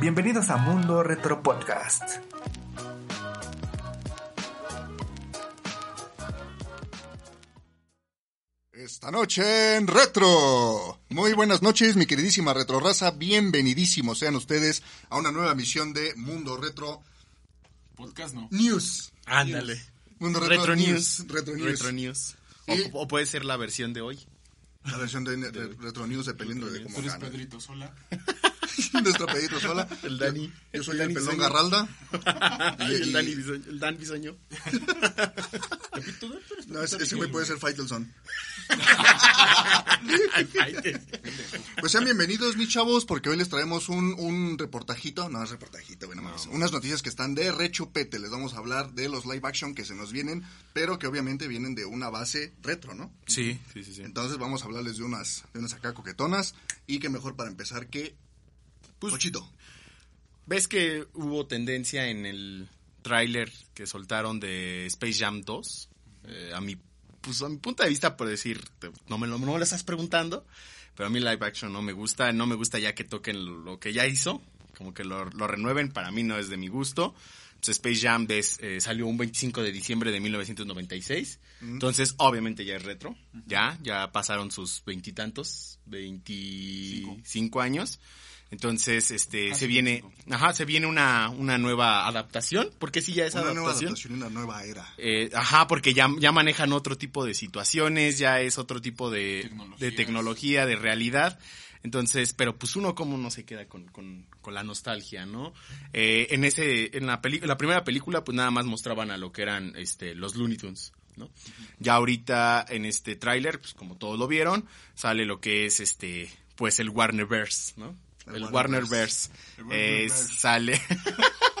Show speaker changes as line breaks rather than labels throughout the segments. Bienvenidos a Mundo Retro Podcast.
Esta noche en Retro. Muy buenas noches, mi queridísima Retroraza. Bienvenidísimos sean ustedes a una nueva emisión de Mundo Retro
Podcast no.
News.
Ándale.
Mundo Retro,
Retro
News.
News.
Retro News.
Retro News.
Sí.
O, o puede ser la versión de hoy.
La versión de, de Retro News, dependiendo de
Tú
cómo
eres
gane.
Pedrito Sola.
Nuestro Pedrito Sola.
El Dani.
Yo soy
El
el,
Dani
Pelón
Bisoño.
Garralda. Y-
el,
y-
Dani Bisoño, el Dan Bisoño.
No, ese ese güey puede ser Faitelson. Pues sean bienvenidos, mis chavos, porque hoy les traemos un, un reportajito. No, es reportajito, bueno, mames. Unas noticias que están de rechupete. Les vamos a hablar de los live action que se nos vienen, pero que obviamente vienen de una base retro, ¿no?
Sí, sí, sí. sí.
Entonces vamos a hablarles de unas, de unas acá coquetonas. Y que mejor para empezar que. Pues, Pochito.
¿Ves que hubo tendencia en el tráiler que soltaron de Space Jam 2? Eh, a mi pues a mi punto de vista por decir, te- no me lo no me lo estás preguntando, pero a mí live action no me gusta, no me gusta ya que toquen lo, lo que ya hizo, como que lo, lo renueven, para mí no es de mi gusto. Pues Space Jam des- eh, salió un 25 de diciembre de 1996, entonces obviamente ya es retro, ya, ya pasaron sus veintitantos, veinticinco años. Entonces, este,
Ah,
Casi
se viene, ajá, se viene una, una nueva adaptación, porque sí ya es
Una nueva
adaptación.
adaptación y una nueva era.
Eh, ajá, porque ya, ya manejan otro tipo de situaciones, ya es otro tipo de
Tecnologías.
de, tecnología, de realidad. Entonces, pero pues uno como no se queda con, con- con la nostalgia, ¿no? Eh, en ese, en la película, la primera película, pues nada más mostraban a lo que eran este, los Looney Tunes, ¿no? Ya ahorita en este tráiler, pues como todos lo vieron, sale lo que es este, pues el Warnerverse, ¿no?
El
El,
Warnerverse.
Warnerverse.
El Warnerverse.
Eh, sale.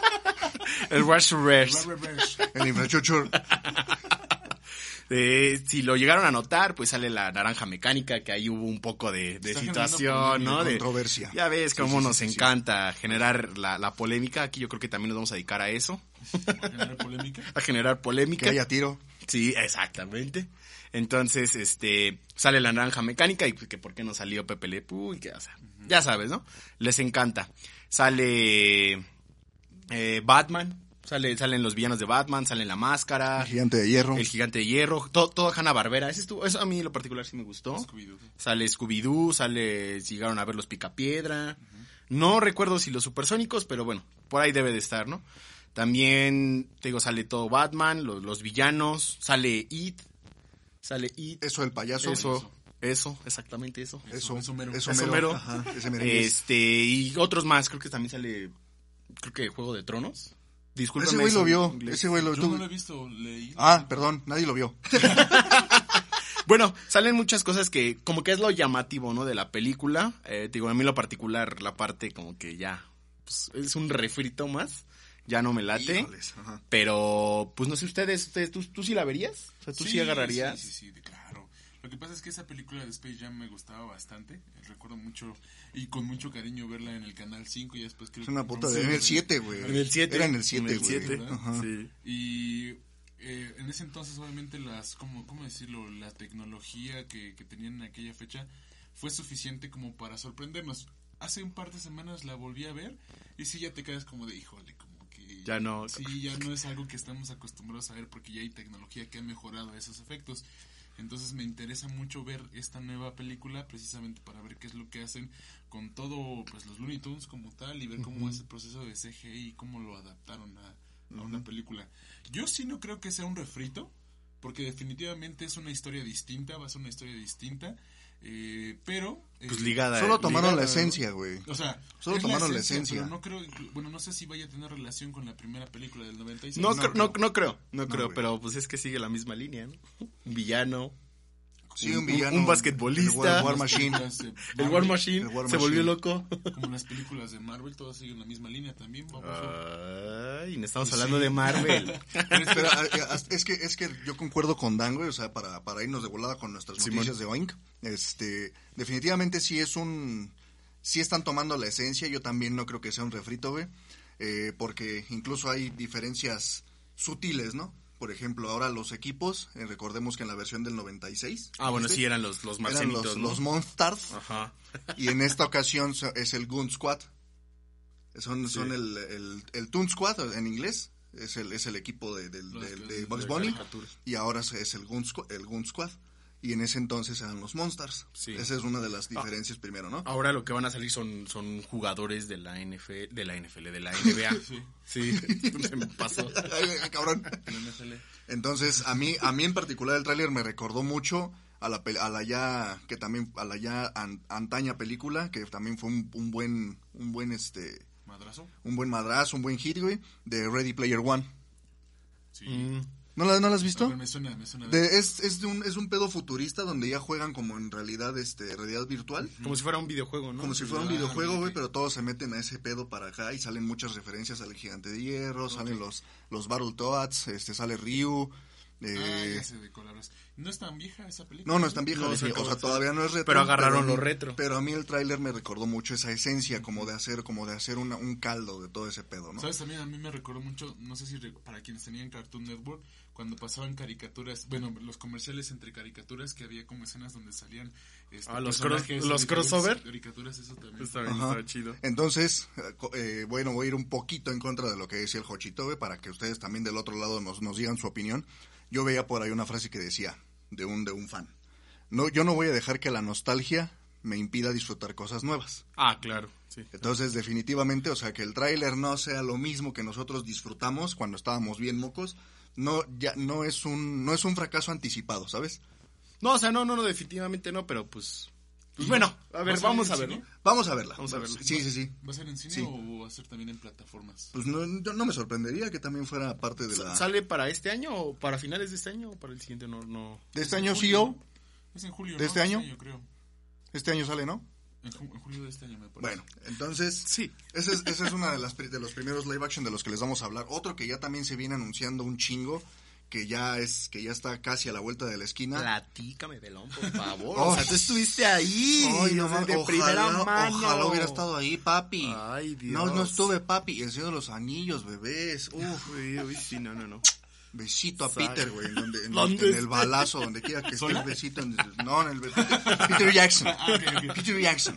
el Warnerverse.
El infrastructure.
Eh, si lo llegaron a notar, pues sale la naranja mecánica, que ahí hubo un poco de, de
Está
situación,
generando
¿no? De,
controversia.
ya ves
Sí,
cómo
sí, sí,
nos
sí, sí.
encanta generar la, la polémica. Aquí yo creo que también nos vamos a dedicar a eso,
¿Va a generar polémica?
a generar polémica.
Que haya tiro.
Sí, exactamente. Entonces, este, sale la naranja mecánica y pues, que por qué no salió Pepe Le Pew y que, o sea, ya sabes, ¿no? Les encanta. Sale eh, Batman, sale, salen los villanos de Batman, sale la máscara.
El gigante de hierro.
El Gigante de Hierro, todo, todo Hanna Barbera. Ese estuvo, eso a mí en lo particular sí me gustó.
Scooby-Doo.
Sale Scooby-Doo, sale, llegaron a ver los Picapiedra. No recuerdo si los supersónicos, pero bueno, por ahí debe de estar, ¿no? También, te digo, sale todo Batman, los, los villanos, sale It, sale It,
Eso, el payaso.
eso, eso, exactamente eso.
Eso,
Eso mero.
Eso
Eso
mero.
mero.
Ajá, ese merengue.
Este, y otros más, creo que también sale, creo que Juego de Tronos. Discúlpame.
Ese güey
eso
lo
en
vio.
inglés.
Ese güey lo
Yo
tú-
no lo he visto, leí.
Ah, perdón, nadie lo vio.
Bueno, salen muchas cosas que como que es lo llamativo, ¿no? De la película. Eh, te digo, a mí en lo particular, la parte como que ya pues, es un refrito más. Ya no me late.
Híjoles, ajá.
Pero, pues no sé ustedes, ustedes ¿tú, tú sí la verías? O sea, ¿tú sí, agarrarías?
Sí, sí, sí, claro. Lo que pasa es que esa película de Space Jam me gustaba bastante. eh, Recuerdo mucho y con mucho cariño verla en el Canal 5 y después creo
Es una
que
puta
compramos
de... En el
el-
7, güey.
En el 7.
Era en el 7,
En el
güey.
7.
Ajá.
Sí.
Y eh, en ese entonces, obviamente, las, ¿cómo, cómo decirlo? La tecnología que, que tenían en aquella fecha fue suficiente como para sorprendernos. Hace un par de semanas la volví a ver y sí, ya te quedas como de, híjole, como que...
Ya no.
Sí, ya no es algo que estamos acostumbrados a ver porque ya hay tecnología que ha mejorado esos efectos. Entonces me interesa mucho ver esta nueva película precisamente para ver qué es lo que hacen con todo, pues los Looney Tunes como tal y ver cómo es el proceso de CGI y cómo lo adaptaron a, a una película. Yo sí no creo que sea un refrito porque definitivamente es una historia distinta, va a ser una historia distinta, eh, pero...
Pues
eh,
ligada.
Solo tomaron la
ligada, ¿no?
esencia, güey.
o sea,
Solo
es
tomaron la esencia.
pero no creo, inclu- bueno, no sé si vaya a tener relación con la primera película del 96.
No, cre- no, no creo, no, creo,
güey.
pero pues es que sigue la misma línea, ¿no? Un villano,
Sí, un villano.
un basquetbolista.
El War, War Machine.
Las de
El War
Marvel,
Machine
El War
se
Machine.
volvió loco.
Como las películas de Marvel, todas siguen la misma línea también. Vamos a-
Ay, no estamos
Sí.
hablando de Marvel.
Pero espera,
ah,
a- a- Este, ah, es que, es que yo concuerdo con Dan, güey, o sea, para, para irnos de volada con nuestras
Simón.
noticias de Oink, este, definitivamente sí es un, sí están tomando la esencia, yo también no creo que sea un refrito, güey, eh, porque incluso hay diferencias sutiles, ¿no? Por ejemplo, ahora los equipos, eh, recordemos que en la versión del 96,
Ah, bueno,
¿viste?
sí, eran los, los
Pues eran
marcianitos.
los,
¿no?
los Monstars,
Ajá.
y en esta ocasión so- es el Goon Squad. Son,
Sí.
son el, el, el Toon Squad en inglés. Es el, es el equipo de, del-
Los
del-
que-
de Bugs
de
Bunny.
caricatura.
Y ahora se- es el Goon, Squ- el Goon Squad. Y en ese entonces eran los Monsters.
Sí. Ah.
Esa es una de las diferencias primero, ¿no?
Ahora lo que van a salir son, son jugadores de la NFL, de la NFL, de la NBA.
Sí.
Sí, se me pasó.
Ay, Cabrón.
la NFL.
Entonces, a mí, a mí en particular el tráiler me recordó mucho a la, pel- a la ya, que también, a la ya an- antaña película, que también fue un, un buen, un buen, este,
Madrazo.
un buen madrazo, un buen hit, güey, de Ready Player One.
Sí.
Mm,
¿No la, no la has visto?
Me suena, me suena.
De- es, es, de un, es un pedo futurista donde ya juegan como en realidad este realidad virtual.
Como si fuera un videojuego, ¿no?
Como si fuera un
Ah,
videojuego,
ok,
güey,
ok.
pero todos se meten a ese pedo para acá y salen muchas referencias al Gigante de Hierro, salen los, los Battletoads, este, sale Ryu.
Ah,
eh,
ya sé de colores. No es tan vieja esa película.
no, no es tan vieja,
No,
o sea,
sí,
o sea, todavía no es retro.
Pero agarraron
a mí-
lo retro.
Pero a mí el tráiler me recordó mucho esa esencia, como de hacer, como de hacer una- un caldo de todo ese pedo, ¿no?
¿Sabes? También a mí me recordó mucho, no sé si re- para quienes tenían Cartoon Network, cuando pasaban caricaturas, bueno, los comerciales entre caricaturas, que había como escenas donde salían... este,
Ah, los
personajes
cross-
en
los
diferentes
crossover.
Caricaturas, eso también.
Pues Está bien,
Ajá.
está chido.
Entonces, eh, co- eh, bueno, voy a ir un poquito en contra de lo que decía el Jochito, güey, para que ustedes también del otro lado nos, nos digan su opinión. Yo veía por ahí una frase que decía, de un, de un fan. No, yo no voy a dejar que la nostalgia me impida disfrutar cosas nuevas.
Ah, claro, sí.
Entonces, definitivamente, o sea, que el tráiler no sea lo mismo que nosotros disfrutamos cuando estábamos bien mocos, no, ya, no es un, no es un fracaso anticipado, ¿sabes?
No, o sea, no, no, no, definitivamente no, pero pues... Pues bueno, a ver,
¿Va salir
vamos
en
a verlo.
cine?
Vamos a verla.
Vamos a verla.
Sí, sí, sí.
¿Va a ser en cine
Sí.
o va a ser también en plataformas?
Pues no, yo no me sorprendería que también fuera parte de la...
¿Sale para este año o para finales de este año o para el siguiente? No, no.
De este año CEO,
Es en julio,
¿De
¿no?
este año?
Yo creo.
este año sale, ¿no?
En, ju- en julio de este año, me parece.
Bueno, entonces,
Sí.
ese es, ese es una de las pri- de los primeros live action de los que les vamos a hablar. Otro que ya también se viene anunciando un chingo, que ya es que ya está casi a la vuelta de la esquina.
Platícame, Belón, por favor.
Ah. Oh.
O sea, tú estuviste ahí.
Ay, no
o sea,
mames,
de primera mano.
ojalá hubiera estado ahí, papi.
Ay, Dios.
No, no estuve, papi. El Señor de los Anillos, bebés. Uf,
Uy, uy, sí, no, no, no.
besito a
Sabe.
Peter, güey. En, donde- en-
¿Dónde
en el
esté?
balazo, donde quiera que esté el besito. en- no, en el Peter Jackson.
Ah,
Peter Jackson.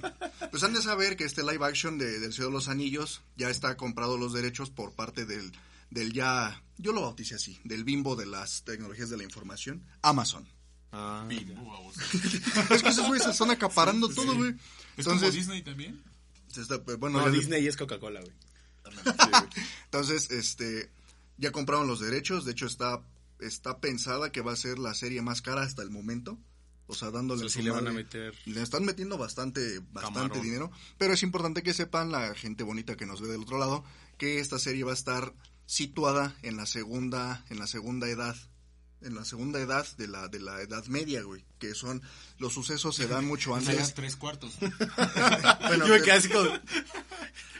Pues han de saber que este live action de, del Señor de los Anillos ya está comprado los derechos por parte del, del ya, yo lo bauticé así, del bimbo de las tecnologías de la información, Amazon.
Ah,
Bimbo, a vos.
Es que esos güeyes se están acaparando todo, güey.
¿Es como
Entonces,
Disney también?
se está- eh, bueno,
no,
ya-
Disney es Coca-Cola, güey.
Entonces, este, ya compraron los derechos. De hecho, está, está pensada que va a ser la serie más cara hasta el momento. O sea, dándole.
O sea,
su
sí le van
madre.
a meter-
Le están metiendo bastante, bastante
Camarón.
dinero. Pero es importante que sepan, la gente bonita que nos ve del otro lado, que esta serie va a estar situada en la segunda, en la segunda edad. En la segunda edad de la, de la edad media, güey. Que son. Los sucesos se dan mucho
O sea,
antes.
tres cuartos.
Bueno,
Yo
te-
me
Ah,
quedé así como...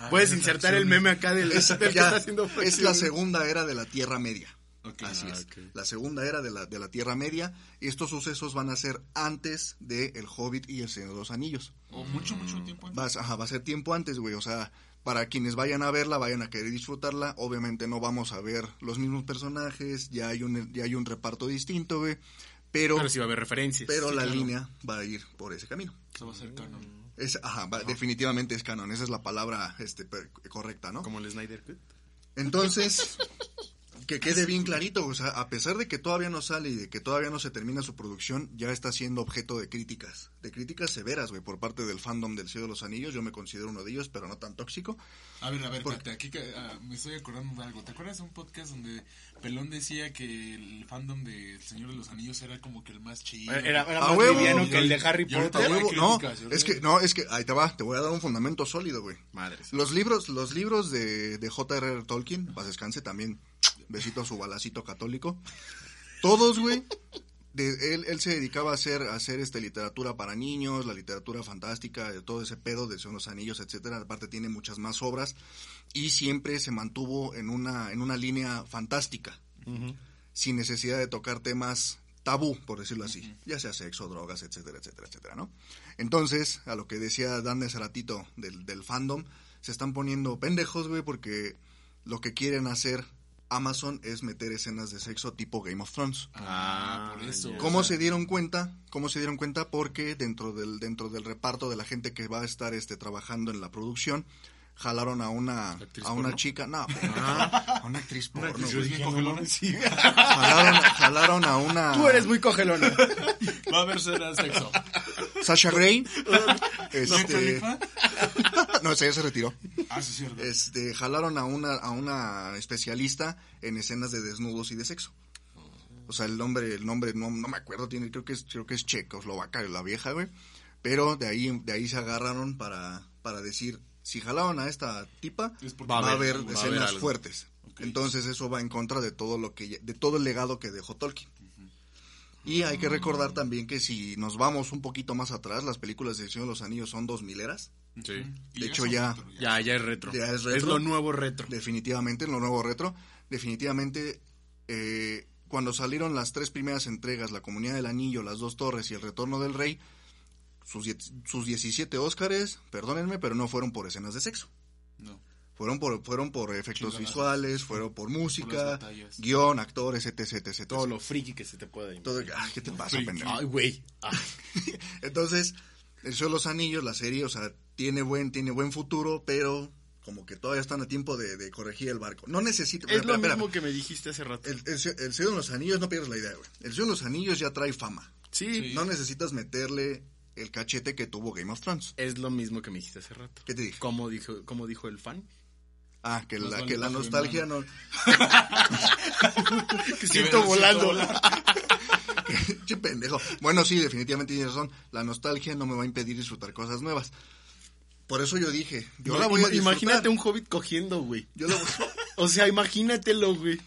Puedes insertar el meme acá del,
es,
del que
ya-
está haciendo fuck
es
you,
la
güey.
segunda era de la Tierra Media.
Ok.
Así
Ah,
es.
ok.
La segunda era de la, de la Tierra Media. Y estos sucesos van a ser antes de El Hobbit y El Señor de los Anillos.
O mucho, mucho tiempo antes.
Vas, ajá, va a ser tiempo antes, güey. O sea, para quienes vayan a verla, vayan a querer disfrutarla. Obviamente no vamos a ver los mismos personajes. Ya hay un, ya hay un reparto distinto, güey. Pero,
Pero
pero,
sí va a haber referencias. Sí,
la
claro.
línea va a ir por ese camino.
Eso va a ser canon.
Es, ajá, va- definitivamente es canon. Esa es la palabra este, per- correcta, ¿no?
Como el Snyder Cut.
Entonces, que quede bien clarito, o sea, a pesar de que todavía no sale y de que todavía no se termina su producción, ya está siendo objeto de críticas, de críticas severas, güey, por parte del fandom del Cielo de los Anillos, yo me considero uno de ellos, pero no tan tóxico.
A ver, a ver,
Por-
espérate, aquí ca- ah, me estoy acordando de algo. ¿Te acuerdas de un podcast donde Pelón decía que el fandom de El Señor de los Anillos era como que el más chido?
Eh, Era,
que-
era
A
más
huevo.
liviano que el de Harry
Y ahorita
Potter.
huevo.
güey.
No,
críticas, yo
es
creo.
que, no, es que, ahí te va, te voy a dar un fundamento sólido, güey.
Madres.
Los libros, los libros de, de J.R.R. Tolkien, paz descanse también, besito a su balacito católico. Todos, güey, de- él, él se dedicaba a hacer, a hacer este, literatura para niños, la literatura fantástica, de todo ese pedo de Señor de los Anillos, etcétera. Aparte tiene muchas más obras y siempre se mantuvo en una, en una línea fantástica, sin necesidad de tocar temas tabú, por decirlo así, ya sea sexo, drogas, etcétera, etcétera, etcétera, ¿no? Entonces, a lo que decía Dan hace ratito del, del fandom, se están poniendo pendejos, güey, porque lo que quieren hacer Amazon es meter escenas de sexo tipo Game of Thrones.
Ah, por eso.
¿Cómo se dieron cuenta? ¿Cómo se dieron cuenta? Porque dentro del, dentro del reparto de la gente que va a estar este, trabajando en la producción, jalaron a una,
¿Actriz
a una
porno?
chica, no, pendejo, a una actriz porno, güey.
Sí.
jalaron, jalaron a una
Tú eres muy cogelona.
Va a haber escena de sexo.
Sasha Grey,
¿No,
este,
Felipa?
no, esa ya se retiró,
Ah, sí, es cierto.
este, jalaron a una, a una especialista en escenas de desnudos y de sexo. O sea, el nombre, el nombre, no, no me acuerdo, tiene, creo que es, creo que es checoslovaca, la vieja, güey. Pero de ahí, de ahí se agarraron para, para decir, si jalaron a esta tipa,
Es porque
va a
va a
haber
haber
escenas
algo.
fuertes. Entonces eso va en contra de todo lo que, ya- de todo el legado que dejó Tolkien. Y hay que recordar también que si nos vamos un poquito más atrás, las películas de El Señor de los Anillos son dos mileras.
Sí.
Y
de hecho,
son
ya-
retro,
Ya, ya es retro.
Ya es retro.
Es lo nuevo retro.
Definitivamente, en lo nuevo retro. Definitivamente, eh, cuando salieron las tres primeras entregas, La Comunidad del Anillo, Las Dos Torres y El Retorno del Rey, sus, die- sus 17 Óscares, perdónenme, pero no fueron por escenas de sexo.
No.
Fueron por, fueron por efectos
Chingadazos.
visuales, fueron por música,
batallas.
guión, actores, etc, etc, etc.
Todo lo friki que se te pueda imaginar.
Todo- ay, ¿Qué te pasa,
Sí.
pendejo?
Ay, güey. Ah,
Entonces, El Señor de los Anillos, la serie, o sea, tiene buen, tiene buen futuro, pero como que todavía están a tiempo de, de corregir el barco. No necesito...
es
espera,
lo
espera,
mismo que me dijiste hace rato.
El, el, Se- el Señor de los Anillos, no pierdas la idea, güey. El Señor de los Anillos ya trae fama.
Sí,
No necesitas meterle el cachete que tuvo Game of Thrones.
es lo mismo que me dijiste hace rato.
¿Qué te dije?
¿Cómo dijo, cómo dijo el fan?
Ah, que
Más
la,
vale
que la
bajo de
nostalgia no...
siento
Que siento volando.
volar.
Che, pendejo. Bueno, sí, definitivamente tienes razón. La nostalgia no me va a impedir disfrutar cosas nuevas. Por eso yo dije, yo la voy a disfrutar.
Imagínate un hobbit cogiendo, güey.
Yo la voy-
O sea, imagínatelo, güey.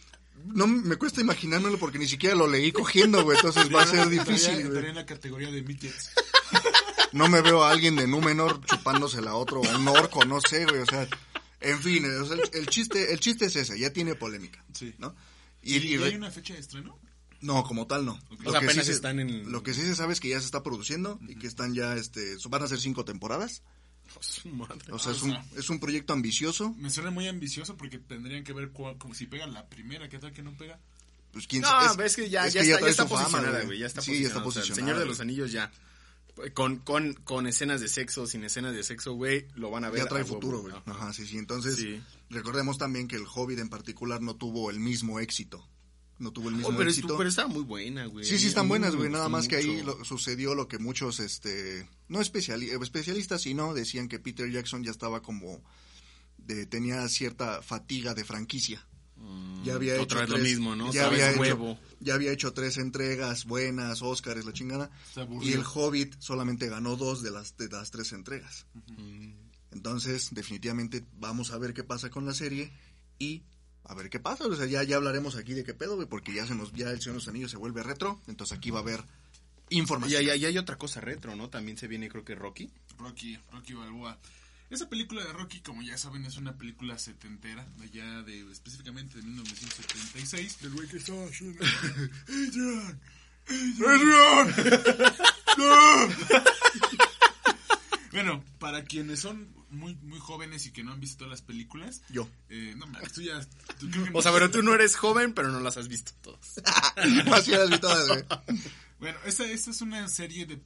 No, me cuesta imaginármelo porque ni siquiera lo leí cogiendo, güey. Entonces va a ser difícil,
Entraría
güey.
en la categoría de midgets.
No me veo a alguien de Númenor chupándosela a otro, a un orco, no sé, güey. O sea, en fin, o sea, el, el chiste, el chiste es ese, ya tiene polémica.
Sí.
¿No? Y, y
¿Y
re-
hay una fecha de estreno?
No, como tal no.
O sea,
que
apenas
se-
están en-
Lo que sí se sabe es que ya se está produciendo y que están ya, este, van a ser cinco temporadas.
Su madre.
O sea,
Ah,
es
o
un,
sea.
es un proyecto ambicioso.
Me suena muy ambicioso porque tendrían que ver cuál- como si pega la primera, ¿qué tal que no pega?
Pues quién
No,
sabe.
es que ya,
es
ya
que
está, ya
trae
está
su fama,
posicionada, güey. Ya está
sí, ya está
posicionada. O sea, el
posicionada.
Señor de los Anillos ya. Con, con, con escenas de sexo, sin escenas de sexo, güey, lo van a ver.
Ya trae
a huevo.
futuro, güey.
Ajá.
Ajá, sí, sí. Entonces,
Sí.
recordemos también que el Hobbit en particular no tuvo el mismo éxito. No tuvo el mismo
Oh, pero,
éxito.
estu- pero estaba muy buena, güey.
Sí, sí,
A
están
mí
buenas,
me
güey. Nada
gustó
más que ahí
mucho.
lo- sucedió lo que muchos, este, no especiali- eh, especialistas, sino decían que Peter Jackson ya estaba como, de, tenía cierta fatiga de franquicia. Ya había hecho
otra vez lo
tres-
mismo, ¿no?
Ya
Otra vez
había, hecho,
huevo.
ya había hecho tres entregas buenas, Óscares, la chingada.
Está aburrido.
Y el Hobbit solamente ganó dos de las, de las tres entregas. Entonces, definitivamente vamos a ver qué pasa con la serie y a ver qué pasa. O sea, ya, ya hablaremos aquí de qué pedo, güey, porque ya se nos, ya el Señor de los Anillos se vuelve retro, entonces aquí va a haber
Y
información.
ahí ahí hay otra cosa retro, ¿no? También se viene, creo que Rocky.
Rocky, Rocky Balboa. Esa película de Rocky, como ya saben, es una película setentera, de allá de, específicamente de 1976. Del güey que estaba haciendo. ¡Adrian! ¡Adrian! bueno, para quienes son muy, muy jóvenes y que no han visto todas las películas.
Yo.
Eh, no mames, tú ya. tú creo que no-
O sea, pero tú no eres joven, pero no las has visto todas.
Así era el todo, güey.
Bueno, esta, esta es una serie de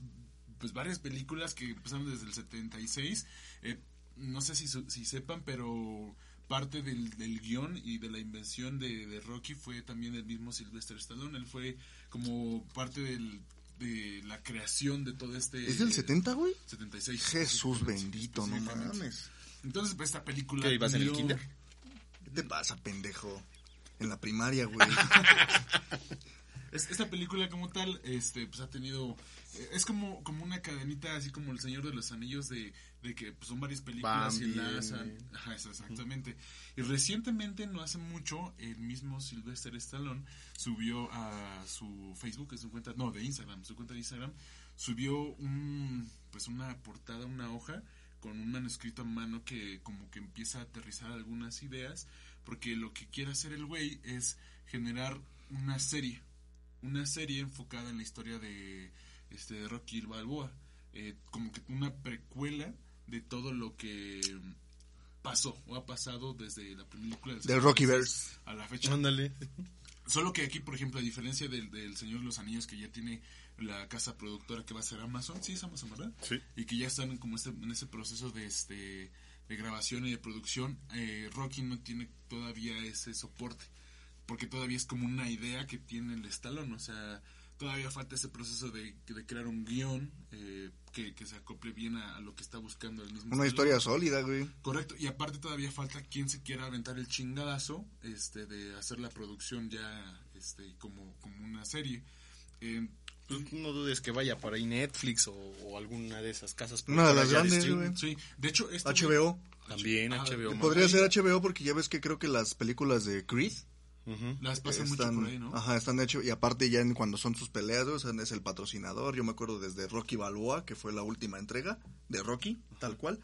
pues varias películas que empezaron desde el 76. Eh, no sé si, su- si sepan, pero parte del, del guión y de la invención de, de Rocky fue también el mismo Sylvester Stallone. Él fue como parte del, de la creación de todo este...
¿Es del 70, güey?
76.
Jesús bendito, no
Específicamente.
mames.
Entonces, pues, esta película...
¿Qué, ibas en el
dio-
kinder?
¿Qué te pasa, pendejo? En la primaria, güey.
Es- esta película como tal, este, pues ha tenido, eh, es como, como una cadenita, así como El Señor de los Anillos, de, de que pues, son varias películas y
Bambi.
enlazan. Ajá, eso, exactamente. Y recientemente, no hace mucho, el mismo Sylvester Stallone subió a su Facebook, es su cuenta, no, de Instagram, su cuenta de Instagram, subió un, pues una portada, una hoja con un manuscrito a mano que como que empieza a aterrizar algunas ideas, porque lo que quiere hacer el güey es generar una serie, una serie enfocada en la historia de este de Rocky Balboa, eh, como que una precuela de todo lo que pasó o ha pasado desde la película
Del Rockyverse.
a la fecha.
Ándale.
Solo que aquí, por ejemplo, a diferencia del, del Señor de los Anillos, que ya tiene la casa productora que va a ser Amazon, sí es Amazon, ¿verdad?
Sí.
Y que ya están en como este, en ese proceso de este de grabación y de producción, eh, Rocky no tiene todavía ese soporte, porque todavía es como una idea que tiene el estalón, o sea, todavía falta ese proceso de, de crear un guión eh, que, que se acople bien a, a lo que está buscando el mismo.
Una
Stallone.
historia sólida, güey.
Correcto, y aparte todavía falta quien se quiera aventar el chingadazo este, de hacer la producción ya este, como, como una serie. Eh,
Pues no dudes que vaya por ahí Netflix o, o alguna de esas casas.
Una de las
productoras ya
grandes,
streaming.
güey.
sí, de hecho... Este
HBO.
También
Ah,
HBO
¿te
Max.
Podría ser HBO porque ya ves que creo que las películas de Creed
Ujú.
Las pasan
están,
mucho por ahí, ¿no?
ajá, están de hecho y aparte ya en cuando son sus peleas, o sea, es el patrocinador. Yo me acuerdo desde Rocky Balboa que fue la última entrega de Rocky, tal cual.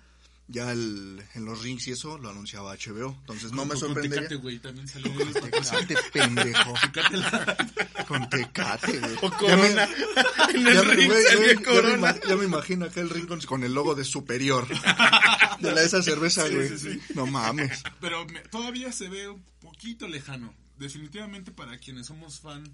Ya el, en los rings y eso lo anunciaba HBO, entonces no me
Con- con
sorprendería.
Tecate, güey, también salió de los-
Tecate, pendejo. Con tecate, güey. Ya
O
me-
Corona. en
ya
el
me-
ring
güey,
salió
güey, ya me
Corona.
ima- Ya me imagino acá el ring con- con el logo de superior. De la esa cerveza, güey. No mames.
Pero me- todavía se ve un poquito lejano. Definitivamente para quienes somos fan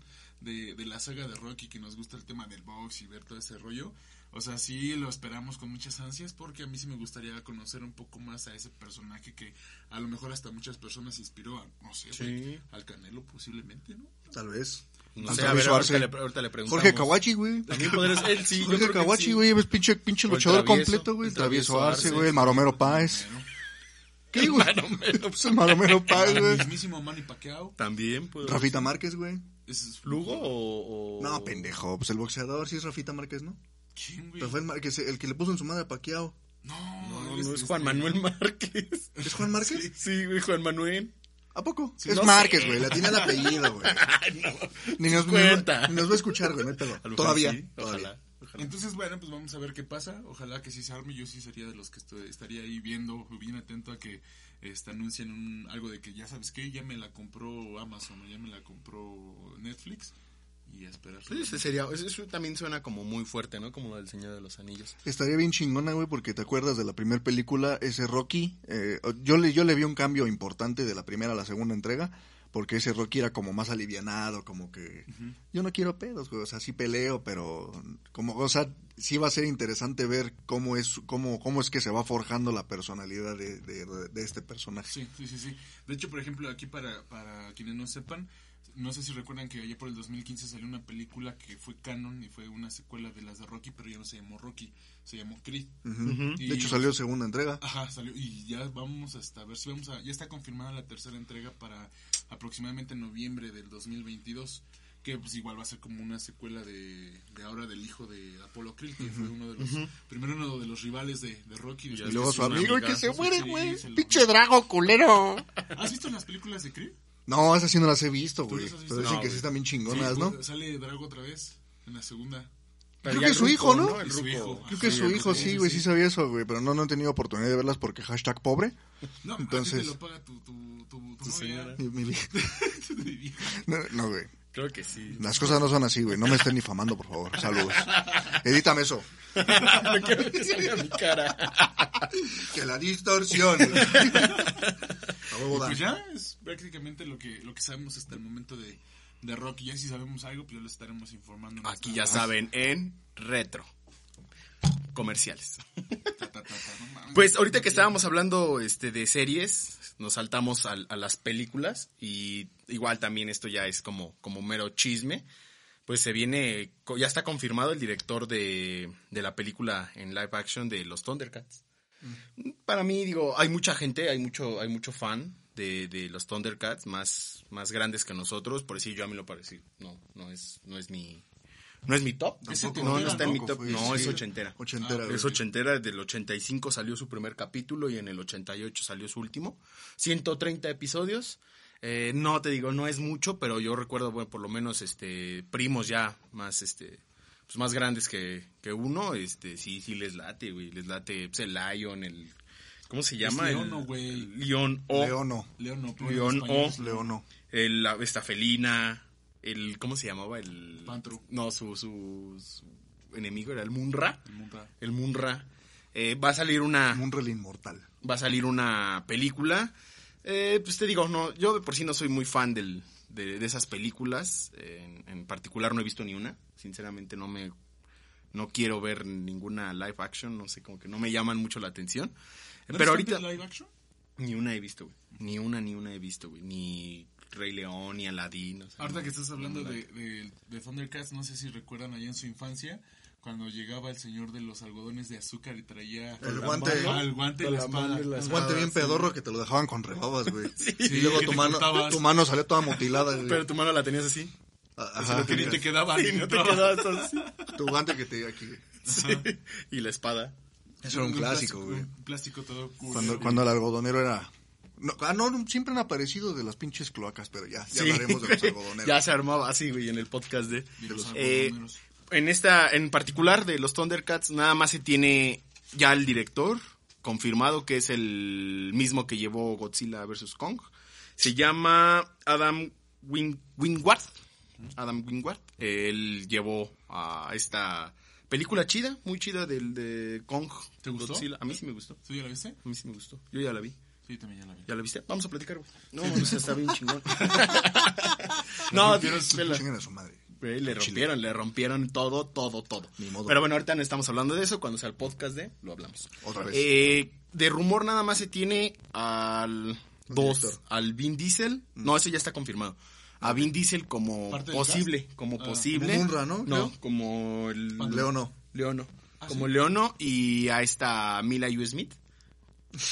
de, de la saga de Rocky, que nos gusta el tema del box y ver todo ese rollo, o sea, sí lo esperamos con muchas ansias porque a mí sí me gustaría conocer un poco más a ese personaje que a lo mejor hasta muchas personas inspiró a, no sé,
Sí.
güey, al Canelo posiblemente, ¿no?
Tal vez.
No
Al
sé, a
Travis
ver, ahorita
Schwarzer.
le, ahorita le preguntamos.
Jorge Kawachi, güey.
También podría ser él, sí. yo
Jorge
creo que
Kawachi,
sí.
güey, es pinche, pinche
O el
luchador
travieso,
completo, güey.
el
Travieso
travieso
Arce,
Arce.
güey, el Maromero Páez.
Pero,
¿Qué, güey? Pues el Maromero Páez,
el
güey.
mismísimo Manny Pacquiao.
También puede
Rafita Márquez, güey.
Ese es
¿Lugo o, o-
No, pendejo. Pues el boxeador sí es Rafita Márquez, ¿no?
¿Quién, güey?
Pero fue el, Márquez, el que le puso en su madre a Paquiao.
No, este
No, no,
eres-
no es Juan Manuel Márquez.
¿Es Juan Márquez?
Sí, güey, Juan Manuel.
¿A poco?
Sí,
es
no
Márquez,
sé.
güey. La tiene el apellido, güey.
Ay, no.
Ni nos, ni
Cuenta.
nos- ni nos va a escuchar, güey. No hay pedo.
A lo mejor
Todavía.
sí,
todavía.
Ojalá. ojalá.
Entonces, bueno, pues vamos a ver qué pasa. Ojalá que sí se arme. Yo sí sería de los que estu- estaría ahí viendo, bien atento a que este, anuncien un- algo de que ya sabes qué, ya me la compró Amazon o ya me la compró Netflix. Y a esperar.
Sí, Pues ese sería, eso, eso también suena como muy fuerte, ¿no? Como lo del Señor de los Anillos.
Estaría bien chingona, güey, porque te acuerdas de la primera película, ese Rocky. eh, yo, le, yo le vi un cambio importante de la primera a la segunda entrega, porque ese Rocky era como más alivianado, como que yo no quiero pedos, güey. O sea, sí peleo, pero como, o sea, sí va a ser interesante ver cómo es, cómo, cómo es que se va forjando la personalidad de, de- de este personaje.
Sí, sí, sí, sí. De hecho, por ejemplo, aquí para, para quienes no sepan, no sé si recuerdan que allá por el 2015 salió una película que fue canon y fue una secuela de las de Rocky, pero ya no se llamó Rocky, se llamó Creed.
Ujú.
Y-
De hecho, salió segunda entrega.
Ajá, salió. Y ya vamos hasta a ver si vamos a. Ya está confirmada la tercera entrega para aproximadamente noviembre del 2022. Que pues igual va a ser como una secuela de, de ahora del hijo de Apolo Krill, que fue uno de los. Primero uno de los rivales de, de Rocky.
Y
Y
después
luego
de
su
es una
amigo,
amiga.
que se muere,
Sí,
güey.
se lo-
Pinche drago, culero.
¿Has visto las películas de Krill?
No, esas sí no las he visto,
¿Tú
güey.
las has visto?
Pero dicen
No,
que sí
güey.
están bien chingonas, ¿no?
pues, Sale Drago otra vez en la segunda.
Creo
ya
que
el
es su hijo, ¿no?
El
Es su
ruco.
hijo.
Creo que
Sí,
su
el
hijo
ruco,
sí, güey, sí
sí.
sabía eso, güey, pero no, no he tenido oportunidad de verlas porque hashtag pobre.
No,
Entonces-
Entonces, te lo paga tu, tu, tu, tu, novia.
señora.
Mi- mi vie-
Mi vieja.
No, no, güey,
Creo que sí.
las cosas no son así, güey, no me estén difamando, por favor. Saludos. Edítame eso.
no quiero que salga mi cara.
Que la distorsión. A huevo, Dan.
Pues ya es prácticamente lo que, lo que sabemos hasta el momento de, de Rocky. Ya si sabemos algo, pues ya lo estaremos informando. en
Aquí
nuestra-
ya saben, en retro. Comerciales.
Ta, ta, ta, ta, no mames.
Pues ahorita que estábamos hablando este, de series, nos saltamos al- a, las películas y igual también esto ya es como, como mero chisme. Pues se viene, co- ya está confirmado el director de, de la película en live action de los Thundercats. Para mí, digo, hay mucha gente, hay mucho, hay mucho fan de, de los Thundercats más, más grandes que nosotros, por decir yo a mí lo parecí. No, no es, no es mi no es mi top.
Es
No,
ochentera,
no, está en mi
¿no?
top.
Fue-
no, es
sí.
ochentera. Ah,
Ochentera,
es
güey.
ochentera. Del 85 salió su primer capítulo y en el 88 salió su último. 130 episodios. Eh, no te digo, no es mucho, pero yo recuerdo, bueno, por lo menos este primos ya más este pues, más grandes que, que uno, este sí sí les late, güey, les late pues, el Lion, el ¿cómo se llama? El-
Leono, güey.
el León o
Leono.
Leono,
oh.
León o-
Leono.
el, la, esta felina, el, ¿cómo se llamaba? El...
Pantro.
No, su, su, su enemigo era el Munra. El Munra. Eh, va a salir una,
Munrel Inmortal.
va a salir una película. Eh, pues te digo, no, yo de por sí no soy muy fan del, de, de esas películas. Eh, en, en particular no he visto ni una. Sinceramente no me, no quiero ver ninguna live action. No sé, como que no me llaman mucho la atención. Pero ahorita...
live action?
Ni una he visto, güey. Ni una, ni una he visto, güey. Ni Rey León, ni Aladdin. o sea,
Ahorita
no,
que estás hablando
no,
de, de- de Thundercats, no sé si recuerdan allá en su infancia, cuando llegaba el señor de los algodones de azúcar y traía
El guante.
Ah, el guante y la espada.
Un guante bien pedorro que te lo dejaban con rebabas, güey.
Sí,
y luego
que
tu
te
mano,
cortabas.
tu mano salió toda mutilada, güey.
Pero tu mano la tenías así.
Ajá.
Que ni te quedaba.
Y
ni
no te
entraba.
quedabas así.
Tu guante que te aquí.
Sí. Y la espada.
Eso era un clásico, güey.
Un plástico todo cool.
Cuando, cuando el algodonero era... No, ah, no, no, siempre han aparecido de las pinches cloacas, pero ya, ya
Sí,
hablaremos de los
güey.
algodoneros.
Ya se armaba así, güey, en el podcast de...
De los
Eh,
algodoneros.
en esta, en particular de los Thundercats, nada más se tiene ya el director confirmado que es el mismo que llevó Godzilla vs. Kong. Se llama Adam Win- Wingward. Adam Wingward. Él llevó a esta película chida, muy chida del de Kong.
¿Te gustó?
Godzilla. A mí sí me gustó.
¿Tú ya la viste?
A mí sí me gustó. Yo ya la vi.
Sí, también ya la vi.
¿Ya la viste? Vamos a platicar, güey. No, o sea, está bien chingón. no, vela.
Chinguen a su madre.
Güey, le rompieron, le rompieron todo, todo, todo.
Ni modo.
Pero bueno, ahorita no estamos hablando de eso. Cuando sea el podcast de, lo hablamos.
Otra vez.
Eh, de rumor nada más se tiene al dos,
director. Mm.
al Vin Diesel. No, eso ya está confirmado. A Vin Diesel como
¿Parte del
posible, como posible.
Como Munra, ¿no?
No,
Creo.
como el...
Leono.
Leono.
Ah,
como
sí.
Leono y a esta Mila U. Smith.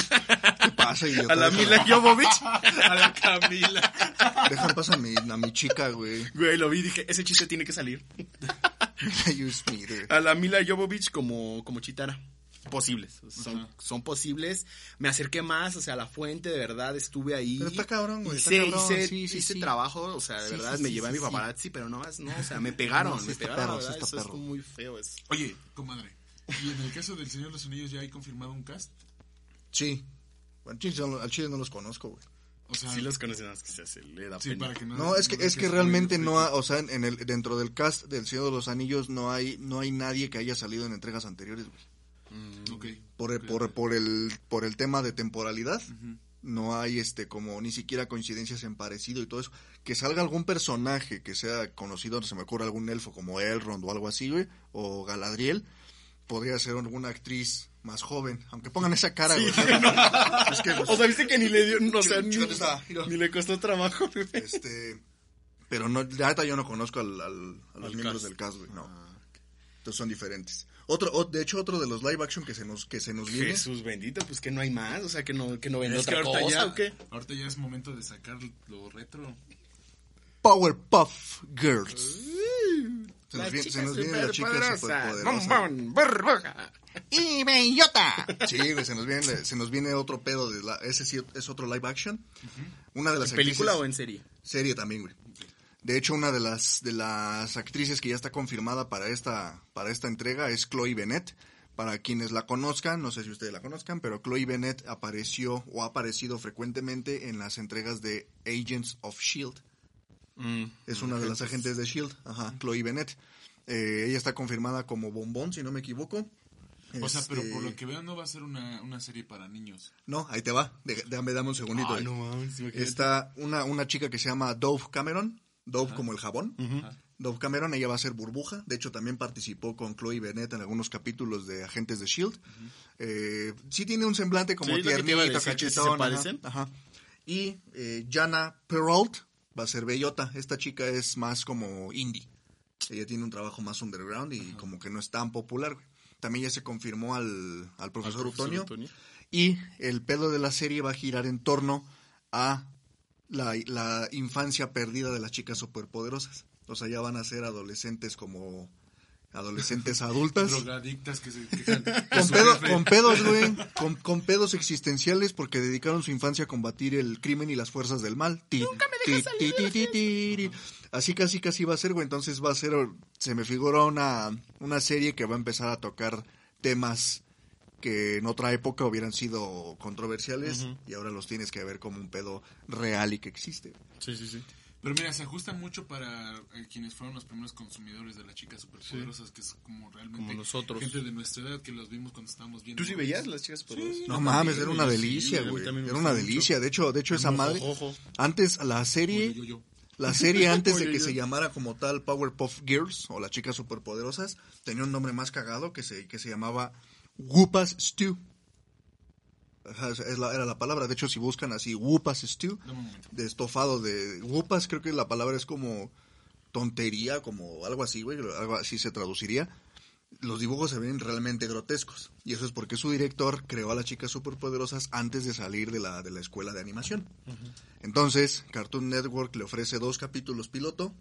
¿Qué pasa, idiota?
A la
Déjala-
Mila Jovovich. a la Camila.
Dejan pasar a mi, a mi chica, güey.
Güey, lo vi y dije, ese chiste tiene que salir.
You Smith, güey.
a la Mila Jovovich como, como Chitara. Posibles, son,
Ajá.
son posibles. Me acerqué más, o sea, a la fuente, de verdad, estuve ahí.
Pero está cabrón, güey, está
Hice,
cabrón,
hice,
sí, sí,
hice
sí.
trabajo, o sea, de
Sí,
verdad,
sí,
me
sí,
llevé a
sí,
mi
sí.
paparazzi, pero no más, no, o sea, me pegaron,
No, sí
me
está
pegaron, la
perro, sí
verdad,
está
eso es
perro.
muy feo eso.
Oye, comadre. Y en el caso del Señor de los Anillos ya hay confirmado un cast.
Sí. Bueno, chis, al al chile no los conozco, güey.
O sea,
Sí los conocen, es que se hace, le da
sí,
pena.
para que no.
No, es que,
vean
es que
es
realmente
muy
no, ha- o sea, en el, dentro del cast del Señor de los Anillos no hay, no hay nadie que haya salido en entregas anteriores, güey.
Ok.
Por, el- por, por el, por el tema de temporalidad, no hay este, como ni siquiera coincidencias en parecido y todo eso. Que salga algún personaje que sea conocido, no se me ocurre algún elfo como Elrond o algo así, güey, o Galadriel, podría ser alguna actriz más joven, aunque pongan esa cara, güey. Es que, pues,
O sea, viste que ni le dio, no, o sea, ni,
Chico, está, mira.
ni le costó trabajo. güey.
Este. Pero no, la neta yo no conozco al, al- a los
Al
miembros
cast. Ah,
del cast, güey. No. Entonces son diferentes. Otro, o- de hecho, otro de los live action que se nos, que se nos viene.
Jesús bendito, pues que no hay más, o sea, que no, que no vende
Es que
otra
ahorita,
cosa,
ya,
¿o qué?
ahorita ya es momento de sacar lo retro.
Powerpuff Girls. Se nos, viene, se nos viene la chica
Bom,
superpoderosa.
bom, burbuja.
¡Y bellota! Sí, güey, se nos viene, se nos viene otro pedo. De la, ese sí es otro live action. Una de las
¿En película
actrices-
o en serie?
Serie también, güey. De hecho, una de las, de las actrices que ya está confirmada para esta, para esta entrega es Chloe Bennett. Para quienes la conozcan, no sé si ustedes la conozcan, pero Chloe Bennett apareció o ha aparecido frecuentemente en las entregas de Agents of Shield. E
Mm,
Es una de las agentes de Shield, E ajá, Chloe Bennett. Eh, ella está confirmada como bombón, si no me equivoco.
O sea, pero por lo
Este,
que veo no va a ser una, una serie para niños.
No, ahí te va. De- Dame, dame un segundito.
Ah,
güey.
no mames, imagínate.
Está una, una chica que se llama Dove Cameron. Dove como el jabón. Dove Cameron, ella va a ser burbuja. De hecho, también participó con Chloe Bennett en algunos capítulos de Agentes de Shield. E Eh, sí tiene un semblante como
Sí, es lo que te iba a
tiernito,
decir, que sí se
cachetón, ajá,
parecen.
ajá. Y eh, Jana Perrault va a ser bellota. Esta chica es más como indie. Ella tiene un trabajo más underground y como que no es tan popular. güey. También ya se confirmó al, al profesor,
profesor
Utonio.
Utonio.
Y el pedo de la serie va a girar en torno a la, la infancia perdida de las chicas superpoderosas. O sea, ya van a ser adolescentes como adolescentes adultas.
Pues, Drogadictas que se quejan.
Con, pedo- con pedos, güey. Con, con pedos existenciales porque dedicaron su infancia a combatir el crimen y las fuerzas del mal. Nunca me Así casi casi va a ser, güey. Entonces va a ser, se me figura una, una serie que va a empezar a tocar temas que en otra época hubieran sido controversiales y ahora los tienes que ver como un pedo real y que existe.
Sí, sí, sí.
Pero mira, se ajusta mucho para eh, quienes fueron los primeros consumidores de las chicas superpoderosas, que es como realmente
Como nosotros.
gente de nuestra edad que los vimos cuando estábamos viendo.
¿Tú sí veías las chicas poderosas?
No mames, era una
güey, sí,
delicia,
a mí
güey.
también me
Era una
gustó mucho.
delicia. De hecho, de hecho esa
Ojo,
madre.
ojo.
Antes la serie,
Yo, yo, yo.
la serie antes de
Oye,
que
yo.
se llamara como tal Powerpuff Girls o las chicas superpoderosas, tenía un nombre más cagado que se que se llamaba Whoopas Stew. Ajá, es- es la- era la palabra. De hecho, si buscan así Whoopas Stew,
Dame un momento.
de estofado de Whoopas, creo que la palabra es como tontería, como algo así, güey, algo así se traduciría. Los dibujos se ven realmente grotescos. Y eso es porque su director creó a las chicas superpoderosas antes de salir de la, de la escuela de animación. Entonces, Cartoon Network le ofrece dos capítulos piloto,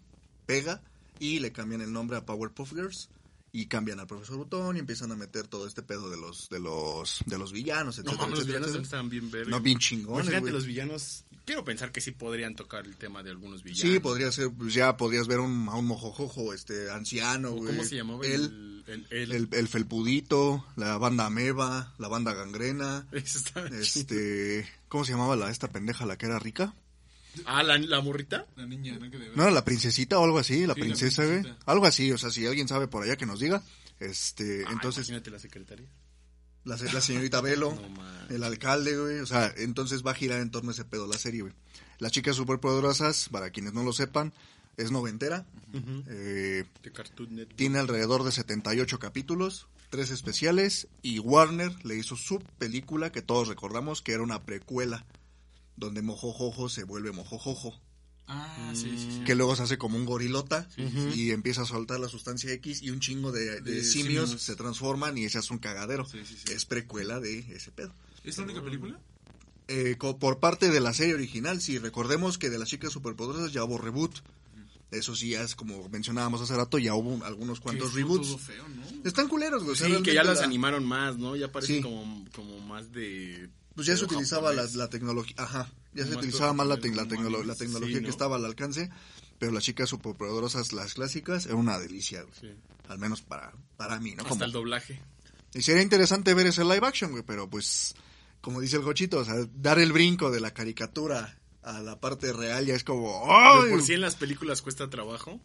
pega y le cambian el nombre a Powerpuff Girls y cambian al profesor Butón y empiezan a meter todo este pedo de los de los de los villanos,
No,
etcétera,
mames, los
etcétera,
villanos
etcétera.
estaban bien verdes.
No, bien chingones,
Imagínate
güey.
los villanos. Quiero pensar que sí podrían tocar el tema de algunos villanos.
Sí, podría ser, pues, ya podrías ver un, a un mojojojo, este, anciano,
¿O
güey.
¿Cómo se llamaba?
Él,
El. El. el,
el, el felpudito, la banda ameba, la banda gangrena,
Eso estaba chido.
este, ¿cómo se llamaba la esta pendeja, la que era rica?
Ah, la, la morrita.
La niña, ¿no? Que de verdad-
¿No era la princesita o algo así? La
Sí, la
princesa, güey.
princesita.
Algo así, o sea, si alguien sabe por allá que nos diga. Este,
Ah,
entonces,
Imagínate la secretaria.
la, se- la señorita Velo,
No manches.
el alcalde, güey. O sea, entonces va a girar en torno a ese pedo la serie, güey. Las chicas superpoderosas, para quienes no lo sepan, es noventera. Eh,
De Cartoon Network.
Tiene alrededor de 78 capítulos, tres especiales y Warner le hizo su película que todos recordamos que era una precuela donde Mojojojo se vuelve Mojojojo,
Ah, sí, sí, sí.
que luego se hace como un gorilota y empieza a soltar la sustancia X y un chingo de, de
De
simios,
simios.
se transforman y ese es un cagadero.
Sí, sí, sí.
Es precuela de ese pedo.
Mm.
¿Es la única película?
Pues,
Eh, co- por parte de la serie original, sí, recordemos que de las chicas superpoderosas ya hubo reboot. Eso sí, ya es como mencionábamos hace rato, ya hubo un- algunos cuantos
Que estuvo
reboots.
Todo feo, ¿no?
Están culeros, güey. o sea,
Sí, que ya
realmente
las
la-
animaron más, ¿no? Ya parece
Sí.
como, como más de.
Pues ya
de
se utilizaba la,
japonés.
la tecnología. Ajá. Ya se
Más
utilizaba más la,
tecno-
tec- la tecnolo- la
sí,
tecnología
¿no?
que estaba al alcance. Pero las chicas superpoderosas, las clásicas, era una delicia, güey.
Sí.
Al menos para, para mí, ¿no?
Hasta
Como-
el doblaje.
Y sería interesante ver ese live action, güey. Pero pues, como dice el Gochito, o sea, dar el brinco de la caricatura a la parte real ya es como.
De
¡Ay!
por sí en las películas cuesta trabajo.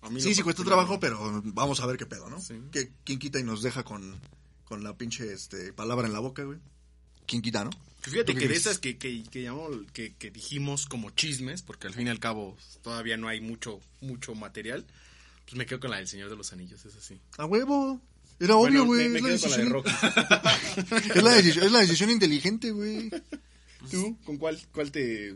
A mí
Sí,
no
sí cuesta trabajo, pero vamos a ver qué pedo, ¿no?
Sí.
Que, ¿Quién quita y nos deja con, con la pinche este, palabra en la boca, güey? ¿Quién quita, no?
Que Pues Fíjate
¿Tú
que
qué
de
dices?
esas que, que, que llamamos- que- que dijimos como chismes, porque al fin y al cabo todavía no hay mucho, mucho material, pues me quedo con la del Señor de los Anillos, es así.
A huevo. Era obvio, güey.
Bueno, me, me
es, la
quedo con la de
decisión-
Rocky.
es la decisión- es la decisión inteligente, güey.
¿Tú? ¿Con cuál, cuál te,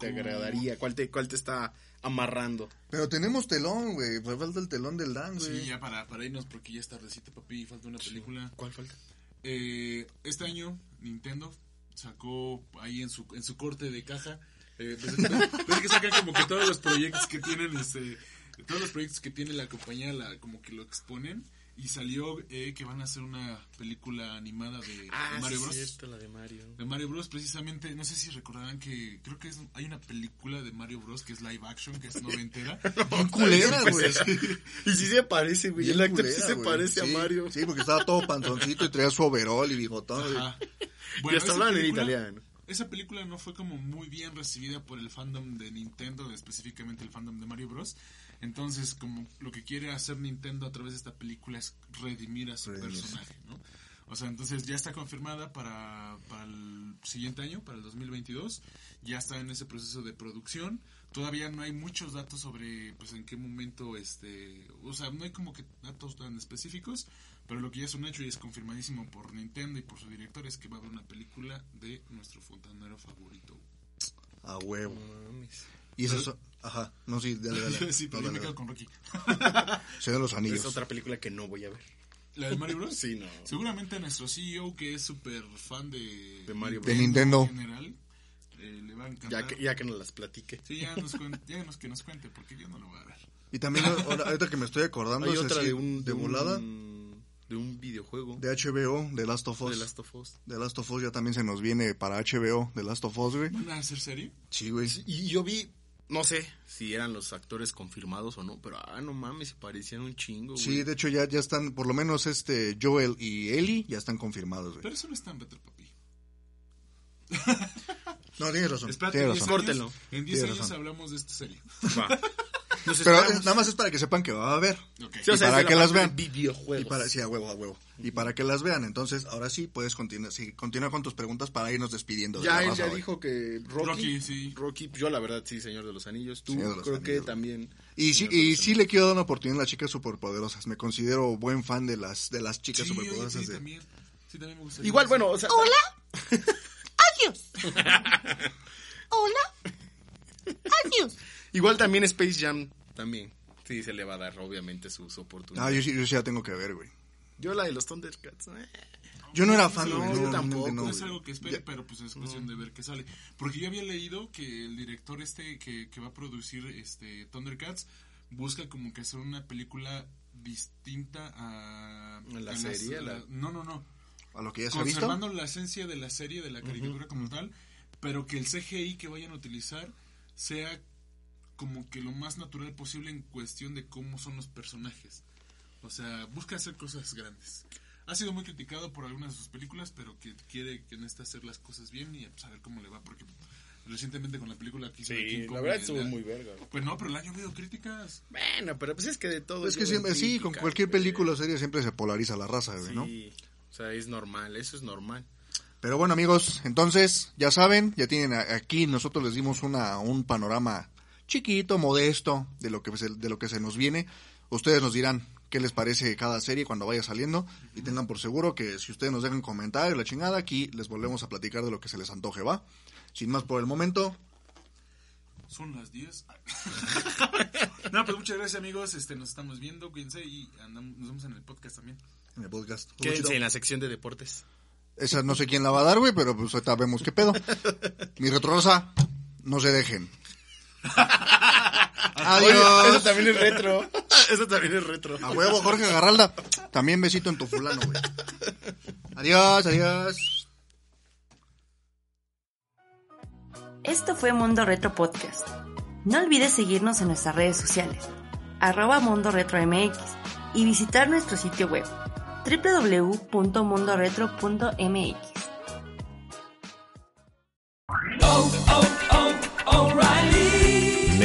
te agradaría? ¿Cuál te, ¿Cuál te está amarrando?
Pero tenemos telón, güey. Me falta el telón del Dan, güey.
Sí, ya para, para irnos porque ya es tardecito, papi, falta una película.
¿Cuál falta?
Eh, este año Nintendo sacó ahí en su, en su corte de caja. Eh, pues, ves que sacan como que todos los proyectos que tienen, este, todos los proyectos que tiene la compañía, la, como que lo exponen. Y salió eh, que van a hacer una película animada de
Ah,
Mario Bros.
Ah, la de Mario.
De Mario Bros. precisamente, no sé si recordarán que creo que es- hay una película de Mario Bros. que es live action, que es noventera.
Bien culera,
Pues,
güey.
Y sí se parece, güey.
Bien
El actor sí
culera,
se
güey.
parece
Sí,
a Mario.
Sí, porque estaba todo panzoncito y traía su overol y bigotón. güey.
Ajá.
y hasta
esa
hablan en
película-
italiano.
Esa película no fue como muy bien recibida por el fandom de Nintendo, específicamente el fandom de Mario Bros. Entonces, como lo que quiere hacer Nintendo a través de esta película es redimir a su
Redimirse.
personaje, ¿no? O sea, entonces ya está confirmada para, para el siguiente año, para el 2022. Ya está en ese proceso de producción. Todavía no hay muchos datos sobre pues en qué momento este, o sea, no hay como que datos tan específicos, pero lo que ya es un hecho y es confirmadísimo por Nintendo y por su director es que va a haber una película de nuestro fontanero favorito.
A huevo. Y eso son... Ajá. No, sí, dale, dale.
sí, pero
No,
yo me
dale,
quedo con Rocky.
dale. Señor de los
Es
anillos.
otra película que no voy a ver.
¿La de Mario Bros?
Sí, no.
E Seguramente nuestro CEO, que es súper fan de,
De Mario
Bros. De Nintendo.
en general, eh, le va a encantar.
Ya que, ya que nos las platique.
Sí, ya nos, cuen- ya nos- que nos cuente, porque yo no lo voy a ver.
Y también, ahora- ahorita que me estoy acordando,
Hay
es
otra
así,
de un...
de volada,
un- de un videojuego.
de HBO, de Last of Us.
de Last of Us.
The Last of Us ya también se nos viene para HBO, The Last of Us, güey.
¿Van a hacer serie?
Sí, güey.
Y yo vi, no sé si eran los actores confirmados o no, pero ah, no mames, se parecían un chingo, güey.
Sí, de hecho ya, ya están, por lo menos este Joel y Ellie ya están confirmados, güey.
Pero eso no está en Better Papi.
No, tienes razón.
Espérate,
tienes razón.
10 años-
Córtenlo.
En 10
Tienes
años
razón.
hablamos de esta serie.
Va. Nos
Pero
esperamos.
eh, nada más es para que sepan que va a haber.
Ok.
Sí, o
y
sea, es
para
de la
que las
parte de
vean.
Videojuegos.
Y para, sí, a huevo, a huevo. Y para que las vean. Entonces, ahora sí puedes continuar, sí, continúa con tus preguntas para irnos despidiendo. de
Ya
la
él
raza,
ya
güey.
dijo que Rocky,
Rocky, sí.
Rocky, yo la verdad sí, Señor de los Anillos. Tú
Señor de los
creo que
Anillos.
también.
Y sí,
Señor de
y
los
sí le quiero dar una oportunidad a las chicas superpoderosas. Me considero buen fan de las, de las
Sí,
chicas
oye,
superpoderosas.
sí,
de-
también. Sí, también me gusta.
Anillos. Igual, bueno, o sea. Hola.
Adiós. Hola. Adiós.
Igual también Space Jam también. Sí, se le va a dar obviamente sus oportunidades.
Ah, yo, sí- yo sí la tengo que ver, güey.
Yo la de los Thundercats. eh.
Yo no era fan,
No,
güey.
yo
No,
tampoco.
realmente no,
No es
güey.
algo que espere, pero pues es cuestión de ver qué sale. Porque yo había leído que el director este que, que va a producir este Thundercats busca como que hacer una película distinta a...
¿A la
a las-
serie?
a la-
¿La-
No, no, no.
A lo que ya se ha visto.
Conservando la esencia de la serie, de la caricatura como tal, pero que el CGI que vayan a utilizar sea como que lo más natural posible en cuestión de cómo son los personajes. O sea, busca hacer cosas grandes. Ha sido muy criticado por algunas de sus películas, pero que quiere que en esta hacer las cosas bien y pues, a ver cómo le va, porque recientemente con la película que hizo de King
Sí,
Kong,
la verdad
de
estuvo muy verga. güey.
Pues no, pero el año ha habido críticas.
Bueno, pero pues es que de todo.
Es que
llevan
siempre, sí, con
críticas,
cualquier
güey.
película o serie siempre se polariza la raza, güey,
eh, Sí.
¿no?
O sea, es normal, eso es normal.
Pero bueno, amigos, entonces, ya saben, ya tienen a- aquí, nosotros les dimos una, un panorama chiquito, modesto, de lo, que se, de lo que se nos viene. Ustedes nos dirán qué les parece cada serie cuando vaya saliendo. Y tengan por seguro que si ustedes nos dejan comentarios, la chingada, aquí les volvemos a platicar de lo que se les antoje, ¿va? Sin más por el momento,
Son las 10. no, pues muchas gracias amigos, este nos estamos viendo, cuídense y andamos, nos vemos en el podcast también.
en el podcast.
Quédense en la sección de deportes.
Esa no sé quién la va a dar, güey, pero pues ahorita vemos qué pedo. Mi retrorosa, no se dejen.
Oye, eso
Adiós.
también es retro. eso también es retro.
A huevo, Jorge Garralda. También besito en tu fulano, güey. Adiós, adiós.
Esto fue Mundo Retro Podcast. No olvides seguirnos en nuestras redes sociales, arroba Mundo Retro MX y visitar nuestro sitio web www.mundoretro.mx.